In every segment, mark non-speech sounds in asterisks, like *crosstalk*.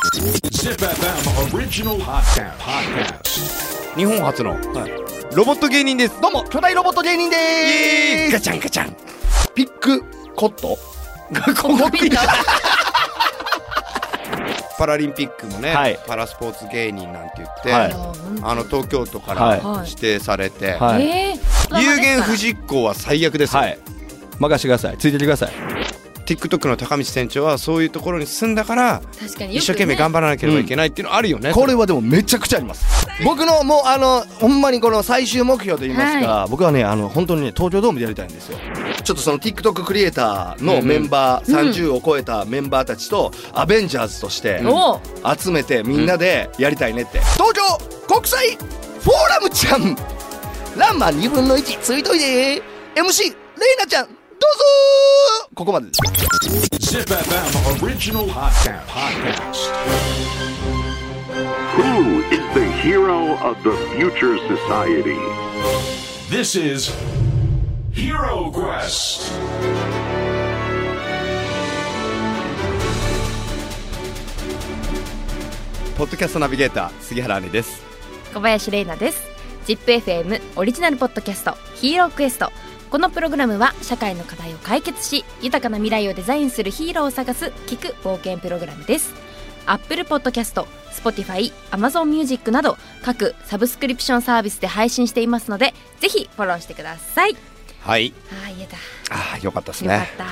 Zip FM original podcast. podcast. 日本初の、ロボット芸人ですどうも巨大ロボット芸人でーすガチャンガチャンピックコットココピーパラリンピックもね、はいパラスポーツ芸人なんて言って、はいあの東京都かはら指定されて、はい、えー、有言不実行は最悪です、はい、任してくださいついててください TikTok の高道店長はそういうところに住んだから確かによくね、一生懸命頑張らなければいけないっていうのあるよね、これはでもめちゃくちゃあります僕のもうあのほんまにこの最終目標と言いますか、僕はねあの本当にね東京ドームでやりたいんですよちょっとその TikTok クリエイターのメンバー、30を超えたメンバーたちとアベンジャーズとしておう集めてみんなでやりたいねって、東京国際フォーラムちゃんランマ2分の1ついといて MC レイナちゃんどうぞーここまでです Zip FM original podcast. podcast. Who is the hero of the future society? This is Hero Quest. ポッドキャストナビゲーター杉原兄です小林玲奈です ZIPFM オリジナルポッドキャスト「ヒーロークエスト」このプログラムは社会の課題を解決し豊かな未来をデザインするヒーローを探す聞く冒険プログラムですアップルポッドキャスト Spotify、Amazon Music など各サブスクリプションサービスで配信していますのでぜひフォローしてくださいはいあー言えたああよかったですよかねっ、た、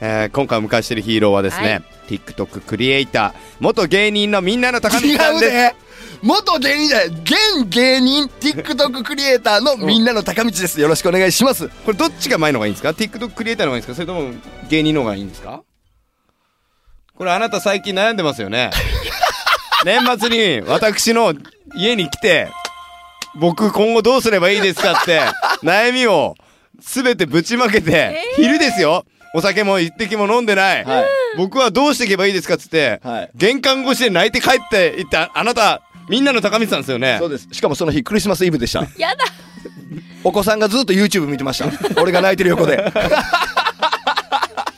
えー今回お迎えしているヒーローはですね、はい TikTok クリエイター元芸人のみんなの高道違さんうですで元芸人じゃない現芸人 TikTok クリエイターのみんなの高道ですよろしくお願いしますこれどっちが前の方がいいんですか TikTok クリエイターの方がいいんですかそれとも芸人の方がいいんですかこれあなた最近悩んでますよね年末に私の家に来て僕今後どうすればいいですかって悩みを全てぶちまけて、昼ですよお酒も一滴も飲んでない、はい僕はどうしていけばいいですかっつって、はい玄関越しで泣いて帰っていったあなたみんなの高見さんですよねそうですしかもその日クリスマスイブでしたやだ *laughs* お子さんがずっと YouTube 見てま *laughs* した俺が泣いてる横で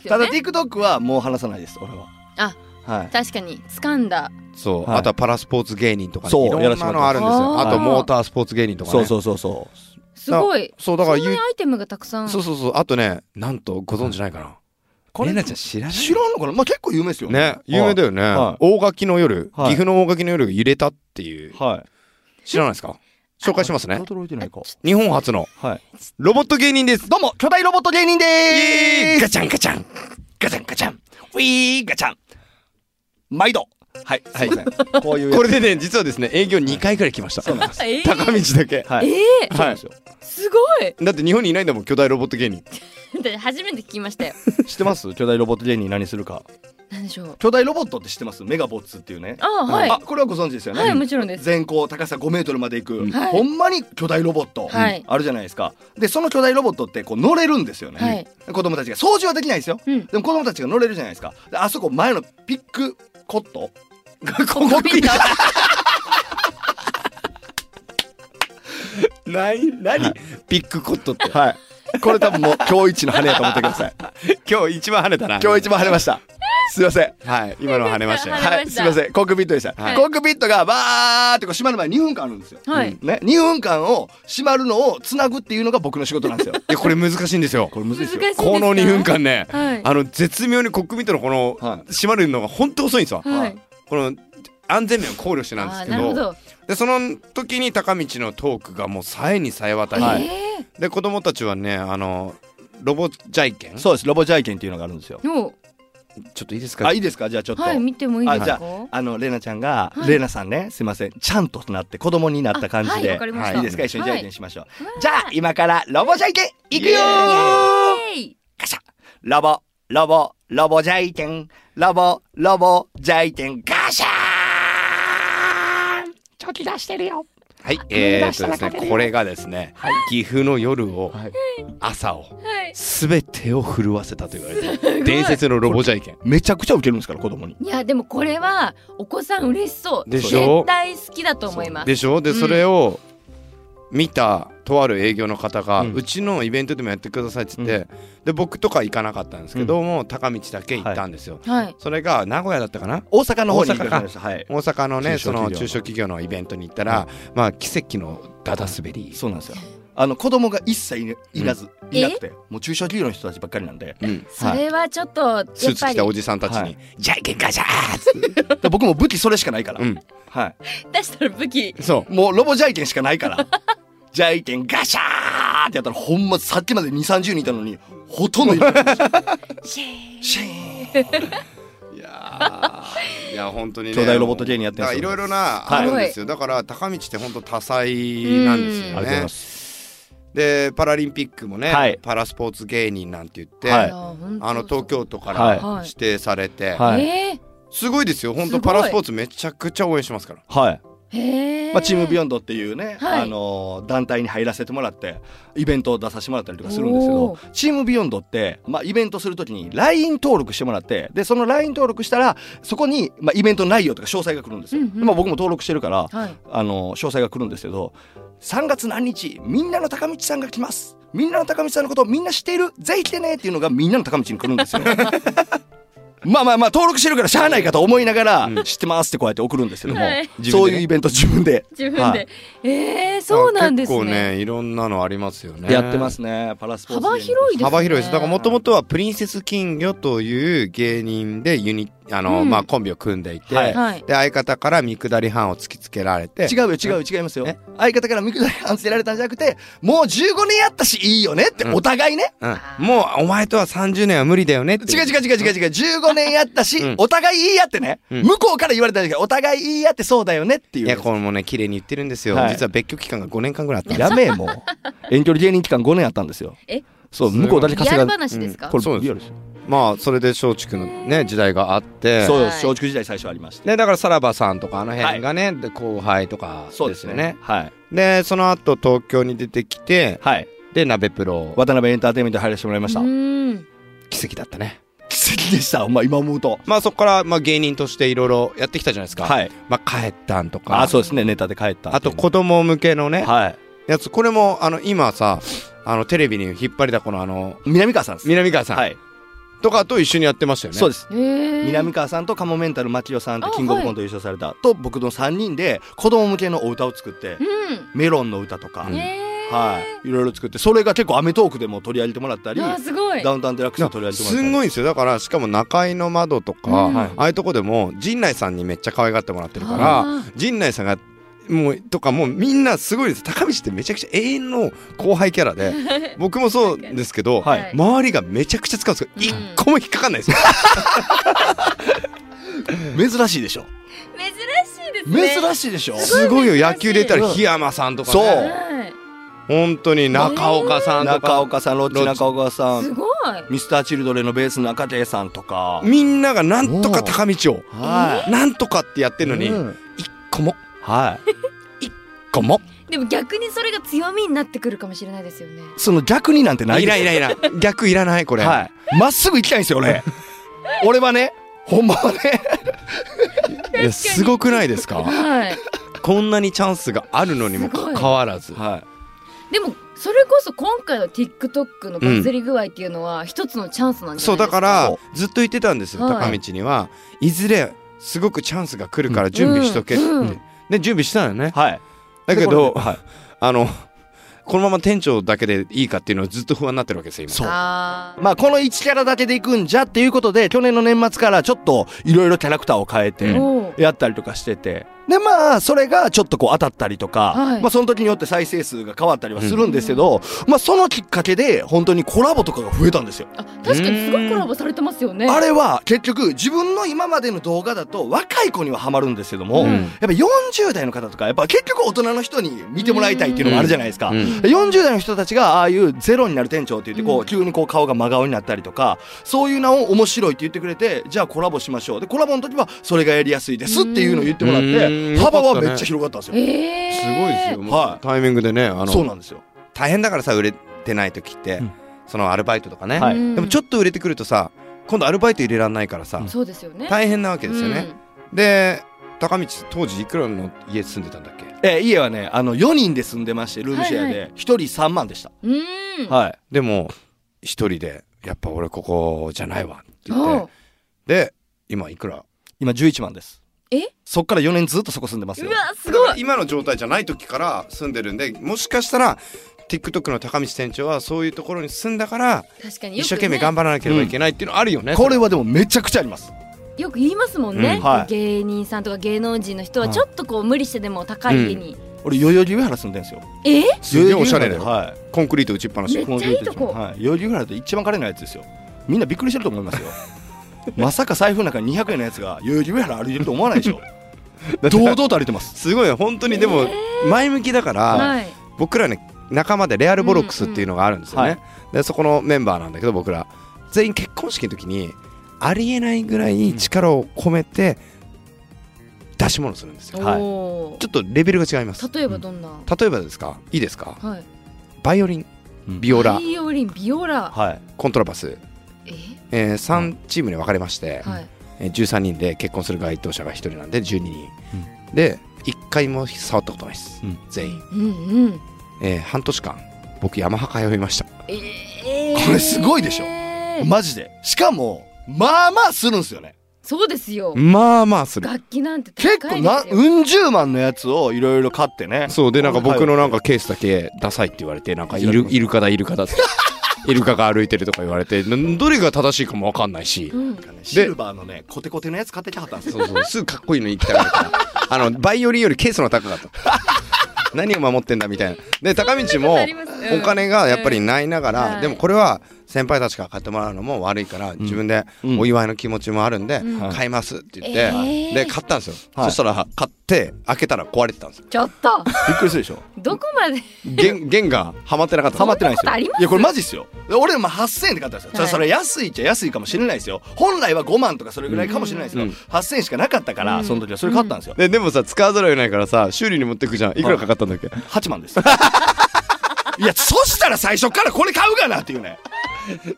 ただ TikTok はもう話さないです俺はあはい確かに掴んだそう、はいあとはパラスポーツ芸人とかね、そういろんやらせてなものらっあてるんまですすよ。あーあとモータースポーツ芸人とかね。そうそうそうそすごいそうだからそんなにゆアイテムがたくさんそうそうそう。あとね、なんとご存知ないかな。これレナちゃん知らない知らんのかなまあ結構有名ですよね、有名だよね。は大垣の夜、はい岐阜の大垣の夜が揺れたっていうう。はい知らないですか紹介しますね。驚いてないか日本初のはいロボット芸人です。どうも巨大ロボット芸人でーすガチャンガチャン。ガチャンガチャンウィーガチャン毎度はい *laughs* はいこういうやつ *laughs* これでね、実はですね、営業2回くらい来ました。えー高道だけ。はいえーそうなんですよすごいだって日本にいないんだもん、巨大ロボット芸人。で初めて聞きましたよ知って *laughs* ます巨大ロボット芸人何するか何でしょう巨大ロボットって知ってますメガボッツっていうねあはいあこれはご存知ですよね、はいもちろんです全高高さ5メートルまで行く、はいほんまに巨大ロボット、はいあるじゃないですかでその巨大ロボットってこう乗れるんですよね、はい子供たちが掃除はできないですよ、うんでも子供たちが乗れるじゃないですかであそこ前のピックコットココピーだ何何ピックコットっ *laughs* て。はいこれ多分もう今日一の羽やと思ってください今日一番跳ねたな。今日一番跳ねましたすいませんはい、今の跳ねましたよ。跳ねましはい、すたみません、コックピットでした。はいコックピットがバーってこう閉まる前に2分間あるんですよ。はいうんね、2分間を閉まるのをつなぐっていうのが僕の仕事なん *laughs* ですよ。いやこれ難しいんですよ。これむずいですよ。難しいこの2分間ね、はいあの絶妙にコックピットのこのはい閉まるのが本当遅いんですよ。はいこの安全面を考慮してなんですあーけなるどほどでその時に高道のトークがもうさえにさえ渡り、はいえで子供たちはねあのロボジャイケンちょそうですロボジャイケンっていうのがあるんですよーもうっといいですかあ、いいですかじゃあちょっと。はい見てもいいですあじゃかあ、あの、レナちゃんが、レナさんね、すいません、ちゃんとなって子供になった感じあはいで、わかりましたいいですか一緒にはジいャイケンしましょう。じゃあ、今からロボジャイケン、いくよーイエーイガシャロボ、ロボ、ロボジャイケン、ロボ、ロボ、ジャイケン、ガシャーンチョキ出してるよ。はいえー、っとですねこれがですね、岐阜の夜を、朝をはい全てを震わせたと言われてる伝説のロボジャイケン。めちゃくちゃウケるんですから、子供に。いやでもこれはお子さん嬉しそうでしょ絶対好きだと思いますでしょで、うんそれを見たとある営業の方が、ううんちのイベントでもやってくださいって言って、で僕とか行かなかったんですけど、もう高道だけ行ったんですよ、はいそれが名古屋だったかな大阪の方に大行阪かれましたはい大阪のね中小企そ業のの中小企業のイベントに行ったら、まあ奇跡のダダ滑りそうなんですよあの子供が一切いねいなず、んいなくてもう中小企業の人たちばっかりなんでうんそれはちょっとやっスーツぱ着りたおじさんたちには「いじゃあ喧嘩じゃーっつってで僕も武器それしかないから、うんはい、出したら武器そうもうロボジャイケンしかないからジャイケンガシャーってやったらほんまさっきまで2 3 0人いたのにほとんどいない *laughs* シェーンいやーいや本当にね兄弟ロボット芸人やってまだかすらいよろいろなあるんですよだから高道って本当多彩なんですうんよありがとうございねますでパラリンピックもね、はいパラスポーツ芸人なんて言って、はいいや本当あの東京都かはらい指定されて、はいえすごいですよ本すご当いパラスポーツめちゃくちゃ応援しますからはい、ーへえまあ、チームビヨンドっていうね、はいあのー団体に入らせてもらってイベントを出させてもらったりとかするんですけどおチームビヨンドって、まあ、イベントするときに LINE 登録してもらってでその LINE 登録したらそこに、まあ、イベント内容とか詳細が来るんですよ。うんうんでまあ、僕も登録してるから、はいあの詳細が来るんですけど3月何日みんなの高道さんが来ますみんなの高道さんのことみんな知っているぜひ来てねっていうのがみんなの高道に来るんですよ *laughs* まあまあまあ登録してるからしゃあないかと思いながら、知ってますってこうやって送るんですけども、はいそういうイベント自分で自分はでえーそうなんです結構ねねいろんなのありますよねいやってますねパラスポーツ幅広いですね幅広いですだからもともとはプリンセス金魚という芸人でユニあの、うんまあ、コンビを組んでいて、はいはいで相方から見下り班を突きつけられて違うよ違うよ違いますよえ相方から見下り反省られたんじゃなくてもう15年やったしいいよねってお互いね、うん、もうお前とは30年は無理だよねって違う違う違う違う違う15年やったし、うんお互い言い合ってね、うん向こうから言われたんだけどお互い言い合ってそうだよねっていういやこれもね綺麗に言ってるんですよ、はい実は別居期間が5年間ぐらいあったんですやめえもう遠距離芸人期間5年あったんですよえそう向こうだけリ稼アがル話ですか、こそうれですリアルですよまあそれで松竹のね時代があってそうはよい松竹時代最初ありましたでだからさらばさんとかあの辺がね、で後輩とかですそようですねはいでその後東京に出てきてはいで鍋プロ渡辺エンターテインメントに入らせてもらいましたうん奇跡だったね奇跡でしたお前今思うとまあそこからまあ芸人としていろいろやってきたじゃないですか、はいまあ帰ったんとかあそうですねネタで帰ったあと子供向けのね、はいやつこれもあの今さあのテレビに引っ張りだこのあの南川さんです南川さん、はいとかと一緒にやってましたよねそうですえー、南川さんとカモメンタル牧代さんとあキングオブコント優勝されたと僕の3人で子供向けのお歌を作ってうメロンの歌とかんえー、はいいろいろ作ってそれが結構『アメトーーク』でも取り上げてもらったりあーすごいダウンタウン・デラックスでも取り上げてもらっすたりんごいんですよだからしかも中井の窓とか、うんはいああいうとこでも陣内さんにめっちゃ可愛がってもらってるかあら陣内さんがもうとかもうみんなすごいです高道ってめちゃくちゃ永遠の後輩キャラで僕もそうですけど、はいはい周りがめちゃくちゃ使うんですけど、うん一個も引っかかんないですよ珍しいでしょ珍しいですね珍しいでしょすごいよ珍しい野球で言ったら檜山さんとかね、そうはい本当に中岡さんと中か岡さんロッチ中岡さすんごいミスターチルドレンのベースの赤手さんとかみんながなんとか高道をはなんとかってやってるのにうん一個もはい一個もでも逆にそれが強みになってくるかもしれないですよね。その逆になんてないいでらすいらいら逆いらないこれ、はいまっすぐ行きたいんですよ *laughs* 俺俺はねほんまはねいやすごくないで *laughs* すかはい。こんなにチャンスがあるのにもすごかいかわらずはいでもそれこそ今回の TikTok のバズり具合っていうのは一つのチャンスなんじゃなそういでだすかか。らそうずっと言ってたんですよは高い道にはいずれすごくチャンスが来るから準備しとけって、うんうんで準備したのよねはいだけど、でこれはいあのこのまま店長だけでいいかっていうのはずっと不安になってるわけですよ今そうあまあこの1キャラだけで行くんじゃっていうことで去年の年末からちょっといろいろキャラクターを変えあ。ておうやったりとかしててでまあそれがちょっとこう当たったりとか、はいまあその時によって再生数が変わったりはするんですけど、まあそのきっかけで本当にコラボとかが増えたんですよ。あ確かにすごいコラボされてますよね。あれは結局自分の今までの動画だと若い子にはハマるんですけども、うんやっぱ40代の方とかやっぱ結局大人の人に見てもらいたいっていうのもあるじゃないですか。うんで40代の人たちがああいうゼロになる店長って言ってこう、急にこう顔が真顔になったりとかそういうのを面白いって言ってくれてじゃあコラボしましょうでコラボの時はそれがやりやすいですっていうのを言ってもらっうんて幅はめっちゃ広がったんですよ。ええー。すごいですよ、。もうはいタイミングでねあそうのなんですよ。大変だからさ売れてない時って、うんそのアルバイトとかね、はいうんでもちょっと売れてくるとさ今度アルバイト入れらんないからさ、そうですよね。大変なわけですよね、で高道当時いくらの家住んでたんだっけえー家はねあの4人で住んでましてルームシェアはいはで1人3万でした、うーん。はいでも一人で「やっぱ俺ここじゃないわ」って言っおてで今いくら今11万ですえそっから4年ずっとそこ住んでますうよわ、すごい。今の状態じゃない時から住んでるんでもしかしたら TikTok の高道店長はそういうところに住んだから確かによく、ね、一生懸命頑張らなければいけないっていうのあるよね、これはでもめちゃくちゃありますよく言いますもんね、うんはい芸人さんとか芸能人の人ははいちょっとこう無理してでも高い家に、俺代々木上原住んでるんですよえすげえおしゃれだよはいコンクリート打ちっぱなし、めっちゃいいとこはい、代々木上原って一番彼のやつですよみんなびっくりしてると思います *laughs* よまさか財布の中に200円のやつが代々木上原歩いてると思わないでし *laughs* ょ堂々と歩いてますすごいよ本当にでも前向きだから、はい僕らね仲間でレアル・ボロックスっていうのがあるんですよね、うんでそこのメンバーなんだけど僕ら全員結婚式の時にありえないぐらい力を込めて出し物するんですよ、はいおちょっとレベルが違いますー例えばどんな、例えばですかいいですかはいバイオリンうんビオラバイオリンビオラはいコントラバス、ええ3チームに分かれまして、はいえー13人で結婚する該当者が1人なんで12人、で1回も触ったことないです、うん全員、うんうんえー半年間僕ヤマハ通いましたえー、これすごいでしょま、マジでしかもまあまあするんですよねそうですよまあまあする楽器なんて結高構いでなすようん十万のやつをいろいろ買ってねそうでなんか僕のはいなんかケースだけダサいって言われてなんかイルイルカだイルカだって *laughs* イルカが歩いてるとか言われてなどれが正しいかも分かんないしうん、シルバーのねコテコテのやつ買ってきはったんですよそうそうすぐかっこいいのに行きたかったから *laughs* あのバイオリンよりケースの方が高かった何を守ってんだみたいなで高道もありますうおん金がやっぱりないながうんらでもこれは先輩たちから買ってもらうのも悪いから自分でお祝いの気持ちもあるんでうん買いますって言っえーてで買ったんですよはいそしたら買って開けたら壊れてたんですよちょっとびっくりするでしょどこまで *laughs* 弦弦がはまってなかったハマってないですそんなことあよりますいやこれマジですよで俺まあ8000円で買ったんですよ、はいそれ安いっちゃ安いかもしれないですよ本来は5万とかそれぐらいかもしれないですよ、うん8000円しかなかったから、うんその時はそれ買ったんですよ、ででもさ使わざるを得ないからさ修理に持ってくじゃんいくらかかったんだっけ、 *laughs* 8万です *laughs* いやそしたら最初からこれ買うかなっていうね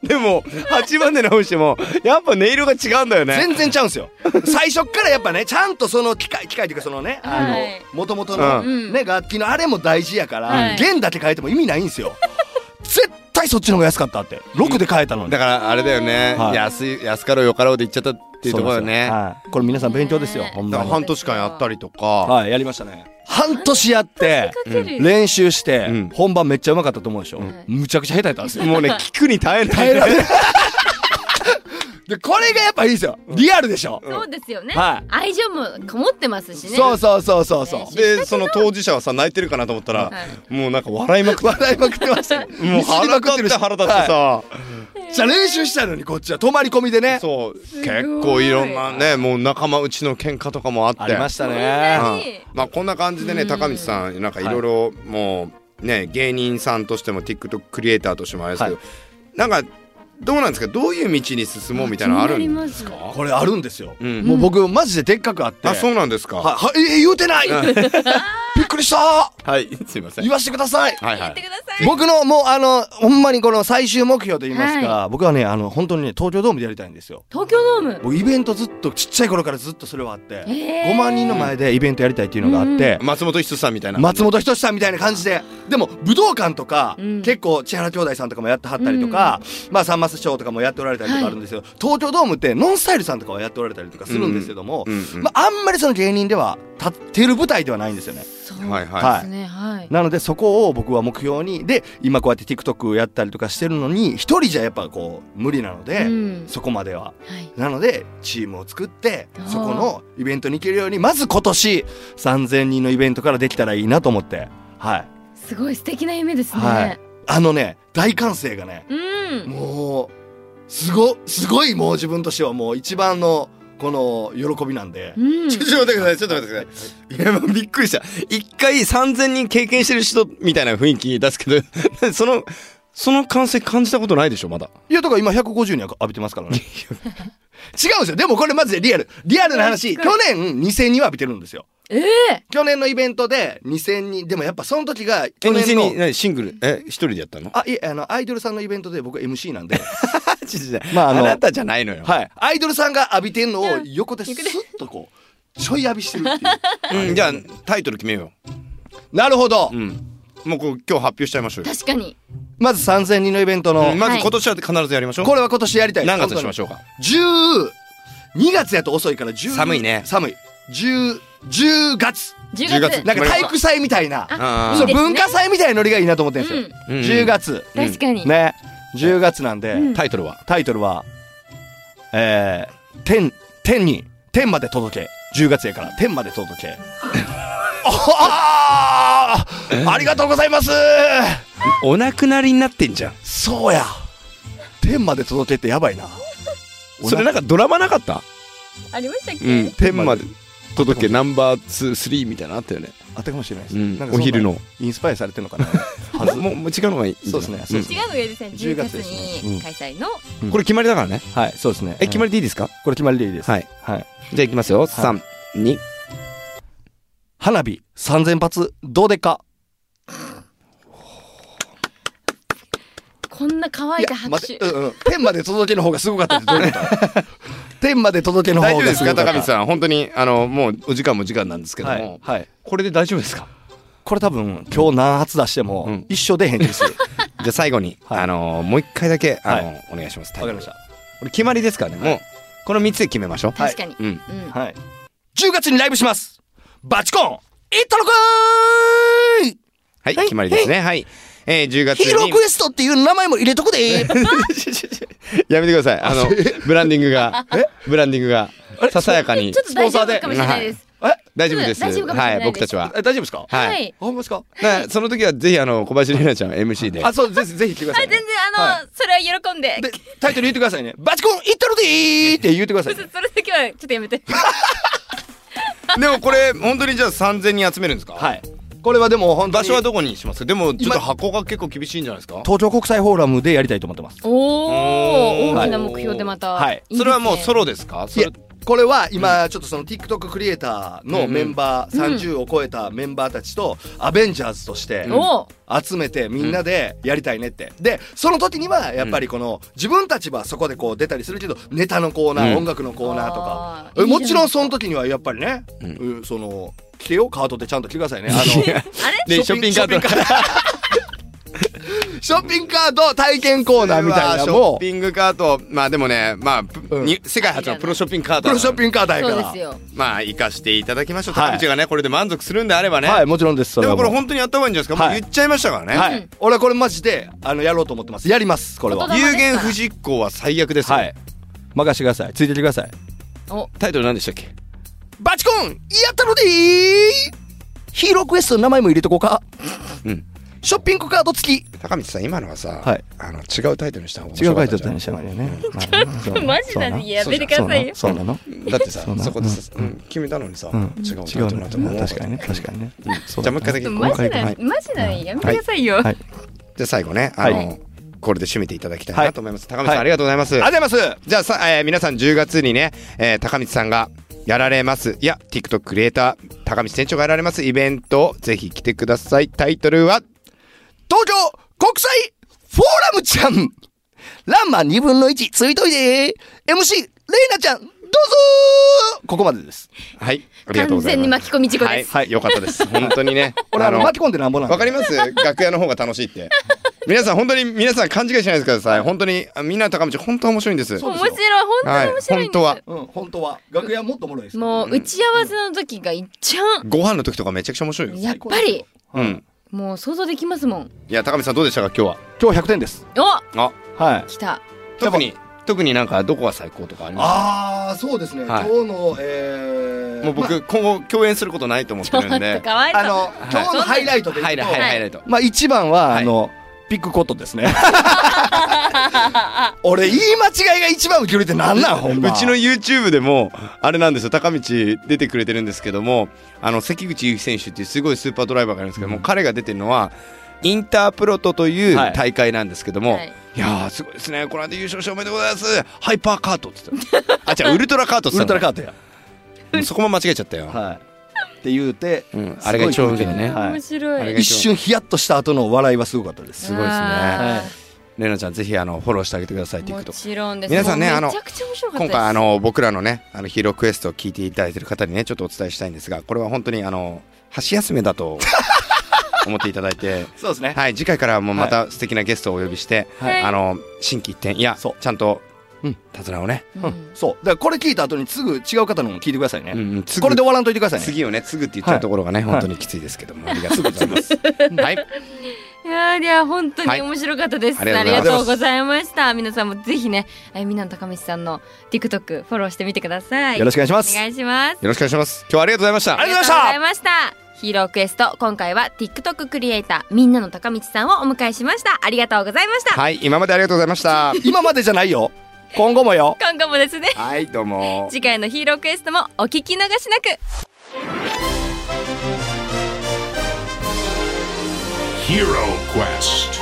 でも8万で直してもやっぱ音色が違うんだよね全然ちゃうんですよ最初からやっぱねちゃんとその機械機械というかそのねあはいの元々の、うんね楽器のあれも大事やから、はい弦だけ変えても意味ないんですよ絶対そっちの方が安かったって6で変えたのにだからあれだよね、はい安い安かろうよかろうで言っちゃったっていうところだよねはいこれ皆さん勉強ですよねほんだまからに半年間やったりとか、はいやりましたね半年やってかける、練習して、うん本番めっちゃうまかったと思うでしょ、んむちゃくちゃ下手やったんですよもうね聞くに耐えない耐えられない *laughs* でこれがやっぱいいですよリアルでしょ、そうですよね、はい愛情もこもってますしねそうそうそうそうそうでその当事者はさ泣いてるかなと思ったら、はいもうなんか笑いまくって笑いまくってましたよ *laughs* もう腹立って腹立ってさ、じゃあ練習したのにこっちは泊まり込みでねそう結構いろんなねもう仲間うちの喧嘩とかもあってありましたそんなねにはいまあこんな感じでね高道さんなんかいろいろもうね芸人さんとしても TikTok クリエイターとしてもあれですけど、はなんかどうなんですかどういう道に進もうみたいなのあるんです気になかこれあるんですよ、うんもう僕マジででっかくあってあそうなんですかはははえ言うてないびっくりしたい *laughs* すいませ言わしてくださいはいは言っいてください僕のもうあのほんまにこの最終目標と言いますか、僕はねあの本当にね東京ドームでやりたいんですよ東京ドーム僕イベントずっとちっちゃい頃からずっとそれはあって、へー5万人の前でイベントやりたいっていうのがあって、松本人志さんみたいな松本人志さんみたいな感じででも武道館とか、うん結構千原兄弟さんとかもやってはったりとか、まあさんま師匠とかもやっておられたりとかあるんですけど、東京ドームってノンスタイルさんとかはやっておられたりとかするんですけども、うんうんまあ、あんまりその芸人では立ってる舞台ではないんですよね。そうはいはい、はですねはいなのでそこを僕は目標にで今こうやって TikTok やったりとかしてるのに一人じゃやっぱこう無理なので、うんそこまでは。はいなのでチームを作ってあーそこのイベントに行けるようにまず今年3,000人のイベントからできたらいいなと思ってはいすごい素敵な夢ですね、はいあのね大歓声がねうんもうすごすごいもう自分としてはもう一番のこの喜びなんでうんちょっと待ってくださいちょっと待ってくださいいやもうびっくりした一回3000人経験してる人みたいな雰囲気出すけど *laughs* そのその感性感じたことないでしょまだいやだから今150人は浴びてますからね違うんですよでもこれマジでリアルリアルな話去年2000人は浴びてるんですよええ去年のイベントで2000人でもやっぱその時がえ去2000年の人何シングルえ一人でやったのあいえあのアイドルさんのイベントで僕 MC なんでちょちょちょまああのなたじゃないのよはい、アイドルさんが浴びてんのを横でスッとこうちょい浴びしてるっていううん、じゃあタイトル決めよなるほど、う。うん。もうこう今日発表しちゃいましょうよ。確かにまず3000人のイベントの、うんまず今年は必ずやりましょう。これは今年やりたい何月にしましょうか。 12月やと遅いから10寒いね寒い10 10月10月10なんか体育祭みたいなあうんいいそうですね文化祭みたいなノリがいいなと思ってるんですよ、うんうん10月確かに、ね10月なんで、タイトルは。タイトルは「えー、天天に天まで届け」10月やから天まで届 *laughs* けああありがとうございますお亡くなりになってんじゃん。そうや天まで届けってやばいなそれなんかドラマなかった？ありましたっけ、うん。天まで届けナンバーツースリーみたいなのあったよね。あったかもしれないです、うんなんかそんなお昼のインスパイアされてるの *laughs* かなはずもうもう違うのがいいんじゃない。そうですねん違うのがいいですね10 10月月ですねうんに開催の、これ決まりだからね。はいそうですねえ決まりでいいですか？これ決まりでいいですはい。はい、じゃあいきますよ。三二。花火3000発どうでっかこんな乾いた拍待手ってうんうん、天まで届けの方がすごかったってどういう *laughs* こと天まで届けの方が大丈夫ですかごかっ高た見さん本当にあのもうお時間も時間なんですけどはもい、はい、これで大丈夫ですかこれ多分今日何発出しても、うん一生出へん *laughs* ですよじゃあ最後に、はいあのもう一回だけ、あのはお願いしますわかりましたこれ決まりですからね、もうこの3つで決めましょう確かに、はいうんうんはい10月にライブしますバチコンいったのかーいはい、はい決まりですねはい、えー、10月ヒーローにクエストっていう名前も入れと *laughs* くでーやめてくださいあのブランディング *laughs* がブランディングがささやかにちょっと大丈夫かもしれないです、大丈夫です大丈夫かもしれないですはい僕たちはえ大丈夫ですかはい、はいほんまですかだからその時はぜひあの小林玲奈ちゃん MC であそうぜひぜひ来てくださはいい、ね、全然あの、それは喜んででタイトル言ってくださいね「バチコンいったるでー!」って言ってください、ね、それだけはちょっとやめてでもこれ本当にじゃあ3000人集めるんですかはいこれはでも本当場に所はどこにしますでもちょっ今と箱が結構厳しいんじゃないですか東京国際フォーラムでやりたいと思ってますおおはい大きな目標でまた、はいいいですねそれはもうソロですかそいれやこれは今ちょっとその TikTok クリエイターのメンバー30を超えたメンバーたちとアベンジャーズとしてお集めてみんなでやりたいねってでその時にはやっぱりこの自分たちはそこでこう出たりするけどネタのコーナうーん音楽のコーナーとかあーえもちろいんいその時にはやっぱりねうんその来てよカートでちゃんと来てくださいねあ *laughs* のあれでショッピングカードショッピングカード体験コーナーみたいなのショッもピングカートまあでもねまあ、うんに世界初のプロショッピングカートプロショッンピングカードやかそうでらすよグまあ生かしていただきましょうはい高道がねこれで満足するんであればね、はいもちろんですそでれはもこもれう本当にやった方がいいんじゃないですか、はいもう言っちゃいましたからね、はういん俺はこれマジであのやろうと思ってますやりますこれは言有言不実行は最悪ですよ、はい任してくださいついてきてくださいおタイトル何でしたっけバチコンやったのでヒーロークエストの名前も入れとこうかうんショッピングカード付き高道さん今のはさ、はいあの違うタイトルにした方が面違う白書かっいてたあったにじしないよねマジだねやめてくださいよそうなのゃんだってさうそなこでさ、うん決めたのにさ、うん違う違タイうトルになねったの確かにね確かにねじゃあもう一回だけちょっともうマ一ジ回だ、はいマジだねやめてくださいよ、はいじゃあ最後ねあの、これで締めていただきたいなと思います、高道さん、はいありがとうございますありがとうございますじゃあさ、えー皆さん10月にね、えー高道さんがやられますいや TikTok クリエイター高道店長がやられますイベントぜひ来てくださいタイトルは東京国際フォーラムちゃんランマ2分の1ついといで MC レイナちゃんどうぞーここまでですはいありがとうございます完全に巻き込み事故ですはい、はい、よかった *laughs* です本当にね俺あの巻き込んでなんぼなんでわかります楽屋の方が楽しいって皆さん本当に皆さん勘違いしないでください本当にあみんな高道本当面白いんです面白い本当に面白いんです、はい本うん本当は楽屋もっとおもろいですもう打ち合わせの時がいっちゃん、ご飯の時とかめちゃくちゃ面白いよやっぱりうんもう想像できますもんいや高道さんどうでしたか今日今日100点ですおはあはい来た特に特になんかどこが最高とかありますああそうですね、はい今日のえー、もう僕、ま今後共演することないと思っちてょっとるんでかわいあ、そあの、う今日のハイライトで言はういと、はいはいはいと。まあ一番は、はいあのピックコットです *laughs* ね俺言い間違いが一番受けるってなんなんほんまうちの YouTube でもあれなんですよ高道出てくれてるんですけどもあの関口優輝選手っていうすごいスーパードライバーがいるんですけども、彼が出てるのはインタープロトというはい大会なんですけども、はいい、やーすごいですねこの間優勝しておめでとうございますハイパーカートって言ってたあ違うウルトラカートって *laughs* ウ言ルってトラカーたトやのそこも間違えちゃったよ、はいって言うて、うんあれが一番受けたねすごい空気にはい面白いあれが一瞬ヒヤッとした後の笑いはすごかったですごいですねあーはいレナちゃんぜひあのフォローしてあげてください TikTok もちろんです皆さんねもうあのめちゃくちゃ面白かった今です回あの僕らのねあのヒーロークエストを聞いていただいてる方にねちょっとお伝えしたいんですがこれは本当にあの箸休めだ *laughs* と思っていただいてそうですねはい次回からはもうまた素敵なゲストをお呼びして、はいあの心機一転いやそうちゃんと手綱をね、うんそうだからこれ聞いた後にすぐ違う方のも聞いてくださいね、うんうんすぐこれで終わらんといてくださいね次をねすぐって言っちゃうところがはね、い本当にきついですけどもありがとうござい *laughs* ます。はいいやーいや本当はにい面白かったです、あありりががととううごございました皆さんもぜひねあゆみなの高道さんの TikTok フォローしてみてくださいよろしくお願いしますお願いしますよろしくお願いします。今日はありがとうございました。ありがとうございましたヒーロークエスト今回は TikTok クリエイターみんなの高道さんをお迎えしましたありがとうございました、はい、今までありがとうございました。今までじゃないよ今後もよ今後もですねはい、どうも。次回のヒーロークエストもお聞き逃しなく Hero Quest.